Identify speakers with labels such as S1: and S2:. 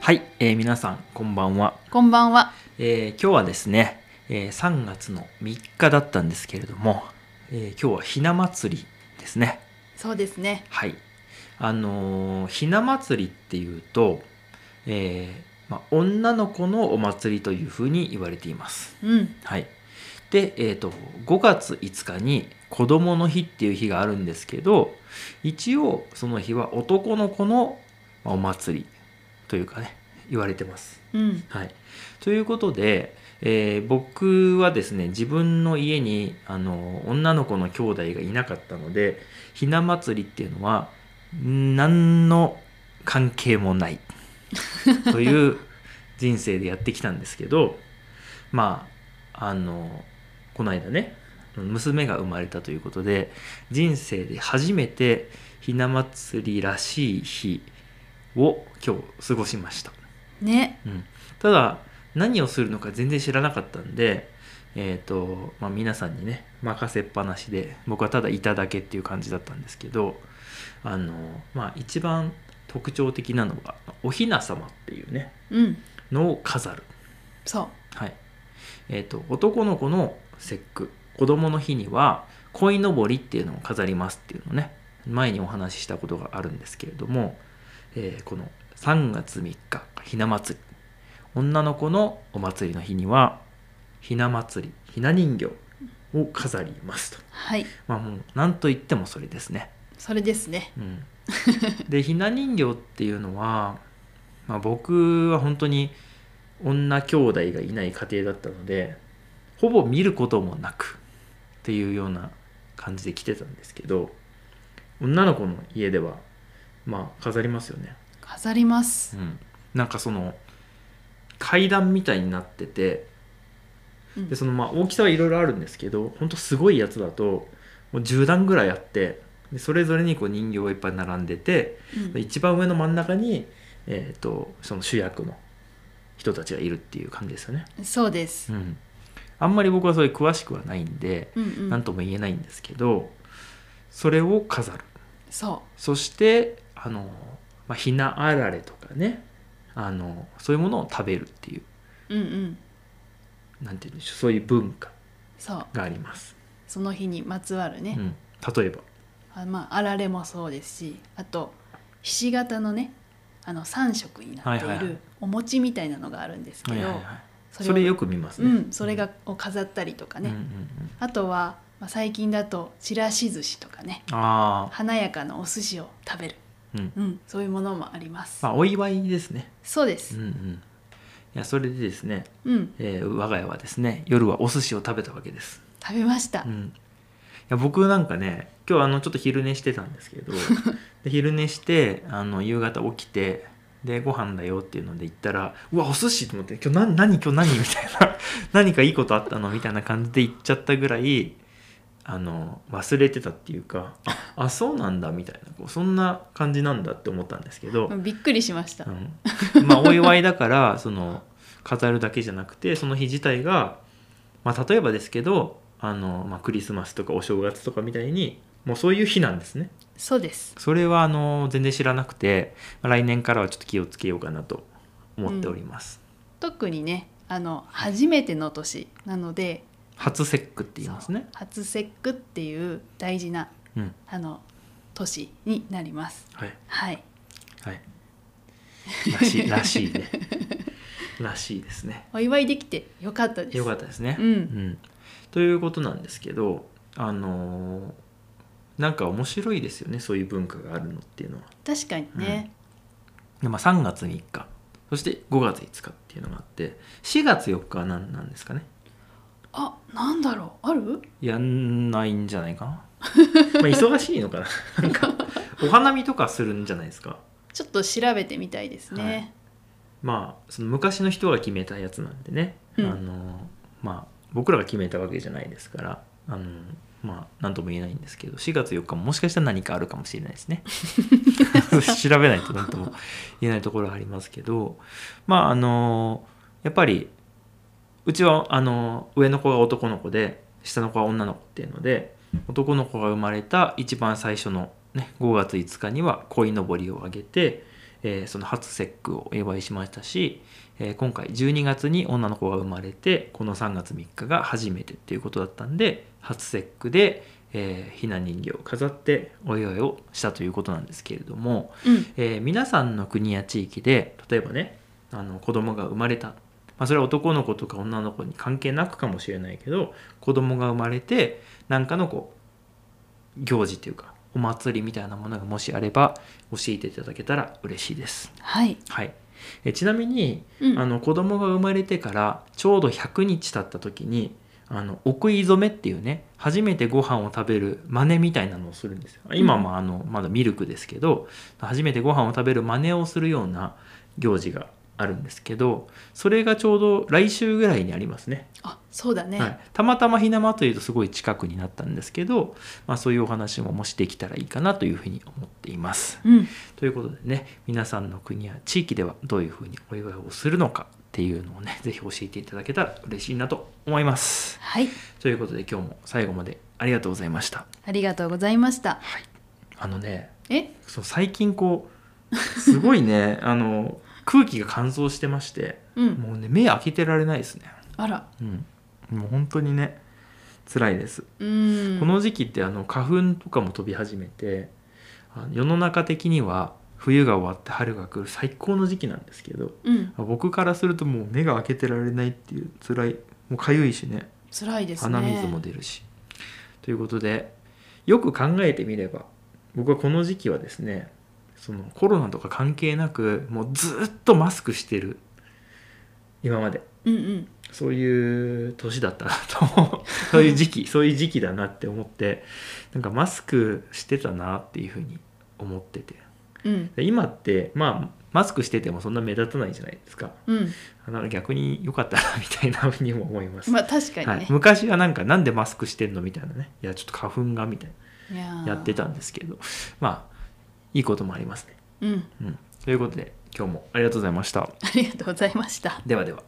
S1: はい、えー皆さんこんばんは、
S2: こんばんは。
S1: えー今日はですね、えー3月の3日だったんですけれども、えー今日はひな祭りですね
S2: そうですね。
S1: はいあのーひな祭りっていうと、えーまあ、女の子のお祭りというふうに言われています
S2: うん。
S1: はいで、えー、と5月5日に子どもの日っていう日があるんですけど一応その日は男の子のまあお祭りというかね言われてます
S2: うん。
S1: はい、ということで、えー僕はですね自分の家にあの女の子の兄弟がいなかったのでひな祭りっていうのはん何の関係もないという人生でやってきたんですけどまああのこの間ね娘が生まれたということで人生で初めてひな祭りらしい日を今日過ごしました。
S2: ね。
S1: うん、ただ何をするのか全然知らなかったんで、えーとまあ、皆さんにね任せっぱなしで僕はただいただけっていう感じだったんですけどあの、まあ、一番特徴的なのがお雛様っていうね
S2: うん。
S1: のを飾る、
S2: そう。
S1: はいえー、と男の子の節句子供の日には鯉のぼりっていうのを飾りますっていうのね前にお話ししたことがあるんですけれども、えーこの3月3日ひな祭り女の子のお祭りの日にはひな祭りひな人形を飾りますと
S2: はい。
S1: まあもう何と言ってもそれですね、
S2: それですね。
S1: うん、でひな人形っていうのは、まあ、僕は本当に女兄弟がいない家庭だったのでほぼ見ることもなくっていうような感じで来てたんですけど女の子の家ではまあ飾りますよね、
S2: 飾ります。
S1: なんかその階段みたいになってて
S2: うん
S1: でそのまあ大きさはいろいろあるんですけどほんとすごいやつだともう10段ぐらいあってでそれぞれにこう人形がいっぱい並んでて
S2: うん
S1: 一番上の真ん中に、えー、とその主役の人たちがいるっていう感じですよね。
S2: そうです。
S1: ん、あんまり僕はそれ詳しくはないんで
S2: うんうん。
S1: 何、なん、とも言えないんですけどそれを飾る
S2: そ
S1: そしてあの、まあ、ひなあられとかねあのそういうものを食べるっていう
S2: う。うんうん。
S1: なんていうんでしょうそういう文化
S2: そう。
S1: があります。
S2: その日にまつわる
S1: う
S2: ね。
S1: ん、例えば、
S2: あまああられもそうですし、あとひし形のね、あの三色になって
S1: はいいはいは
S2: る
S1: い
S2: お餅みたいなのがあるんですけ
S1: はい
S2: ど
S1: はい、はい
S2: そ
S1: そ
S2: れ
S1: れ
S2: を
S1: よく見ます
S2: う
S1: ね。
S2: ん、それがを飾ったりとか
S1: うんうんう
S2: ね。
S1: ん、
S2: あとはまあ最近だとちらし寿司とかね、
S1: ああ、
S2: 華やかなお寿司を食べる。
S1: うん、
S2: うん、そういうものもあります。
S1: まあお祝いですね。
S2: そうで
S1: う
S2: す
S1: ん。うん、いやそれでですね、
S2: うん、
S1: えー我が家はですね夜はお寿司を食べたわけです、
S2: 食べました
S1: う。ん、いや僕なんかね今日あのちょっと昼寝してたんですけどで昼寝してあの夕方起きてでご飯だよっていうので行ったらうわお寿司と思って今日何何今日何 みたいな何かいいことあったのみたいな感じで行っちゃったぐらいあの忘れてたっていうかああそうなんだみたいなこうそんな感じなんだって思ったんですけど、
S2: びっくりしました。
S1: うん、 まあお祝いだからその飾るだけじゃなくてその日自体が、まあ、例えばですけどあの、まあ、クリスマスとかお正月とかみたいにもうそういう日なんですね
S2: そうです。
S1: それはあの全然知らなくてまあ来年からはちょっと気をつけようかなと思っております、
S2: 特にね、あの初めての年なので、
S1: 初節句って言いますね
S2: そう初節句っていう大事な
S1: うん
S2: あの年になります。
S1: はい
S2: はい。
S1: はいらしいらしいね らしいですね
S2: お祝いできてよかったです。
S1: よかったですね。
S2: うん
S1: ということなんですけどあのーなんか面白いですよねそういう文化があるのっていうのは。
S2: 確かにね。
S1: でまあ、3月3日そして5月5日っていうのがあって4月4日は何なんですかね
S2: あ、なんだろう、ある？
S1: やんないんじゃないかな まあ忙しいのかななんかお花見とかするんじゃないですか
S2: ちょっと調べてみたいですね。
S1: まあその昔の人が決めたやつなんでね、
S2: うん
S1: あのまあ僕らが決めたわけじゃないですからあのまあ何とも言えないんですけど4月4日ももしかしたら何かあるかもしれないです ね調べないと何とも言えないところはありますけどまああのやっぱりうちはあの上の子が男の子で下の子は女の子っていうので男の子が生まれた一番最初の、ね、5月5日には鯉のぼりをあげて、えーその初節句をお祝いしましたし、えー今回12月に女の子が生まれてこの3月3日が初めてっていうことだったんで初節句で、えーひな人形を飾ってお祝いをしたということなんですけれども、
S2: うん
S1: えー皆さんの国や地域で例えばねあの子供が生まれた、まあ、それは男の子とか女の子に関係なくかもしれないけど子供が生まれて何かのこう行事というかお祭りみたいなものがもしあれば教えていただけたら嬉しいです。
S2: はい、
S1: はい、えーちなみに、
S2: うん、
S1: あの子供が生まれてからちょうど100日経った時にあのお食い初めっていうね初めてご飯を食べる真似みたいなのをするんですよ今もあのまだミルクですけど初めてご飯を食べる真似をするような行事があるんですけどそれがちょうど来週ぐらいにありますね
S2: あそうだね、
S1: はい、たまたまひな祭りとすごい近くになったんですけど、まあ、そういうお話ももしできたらいいかなというふうに思っています。
S2: うん
S1: ということでね皆さんの国や地域ではどういうふうにお祝いをするのかっていうのをねぜひ教えていただけたら嬉しいなと思います。
S2: はい
S1: ということで今日も最後までありがとうございました。
S2: ありがとうございました
S1: あのね
S2: え
S1: そう最近こうすごいね あの空気が乾燥してまして
S2: うん
S1: もうね目開けてられないですね。
S2: あら
S1: うん、もう本当にね辛いです。
S2: うん
S1: この時期ってあの花粉とかも飛び始めてあの世の中的には冬が終わって春が来る最高の時期なんですけど
S2: うん
S1: 僕からするともう目が開けてられないっていう辛いもう痒いしね
S2: 辛いですね
S1: 鼻水も出るし。ということでよく考えてみれば僕はこの時期はですねそのコロナとか関係なくもうずっとマスクしてる今まで
S2: うんうん
S1: そういう年だったな とそういう時期そういう時期だなって思ってなんかマスクしてたなっていうふうに思ってて
S2: うん
S1: で今ってまあマスクしててもそんな目立たないじゃないですか
S2: うん
S1: だから逆に良かったなみたいなふ うにも思います、
S2: まあ確かにね、
S1: はい、昔はなんかなんでマスクしてんのみたいなねいやちょっと花粉がみたい
S2: いやー
S1: なやってたんですけどまあいいこともありますね、
S2: うん
S1: うん、ということで今日もありがとうございました
S2: ありがとうございました
S1: ではでは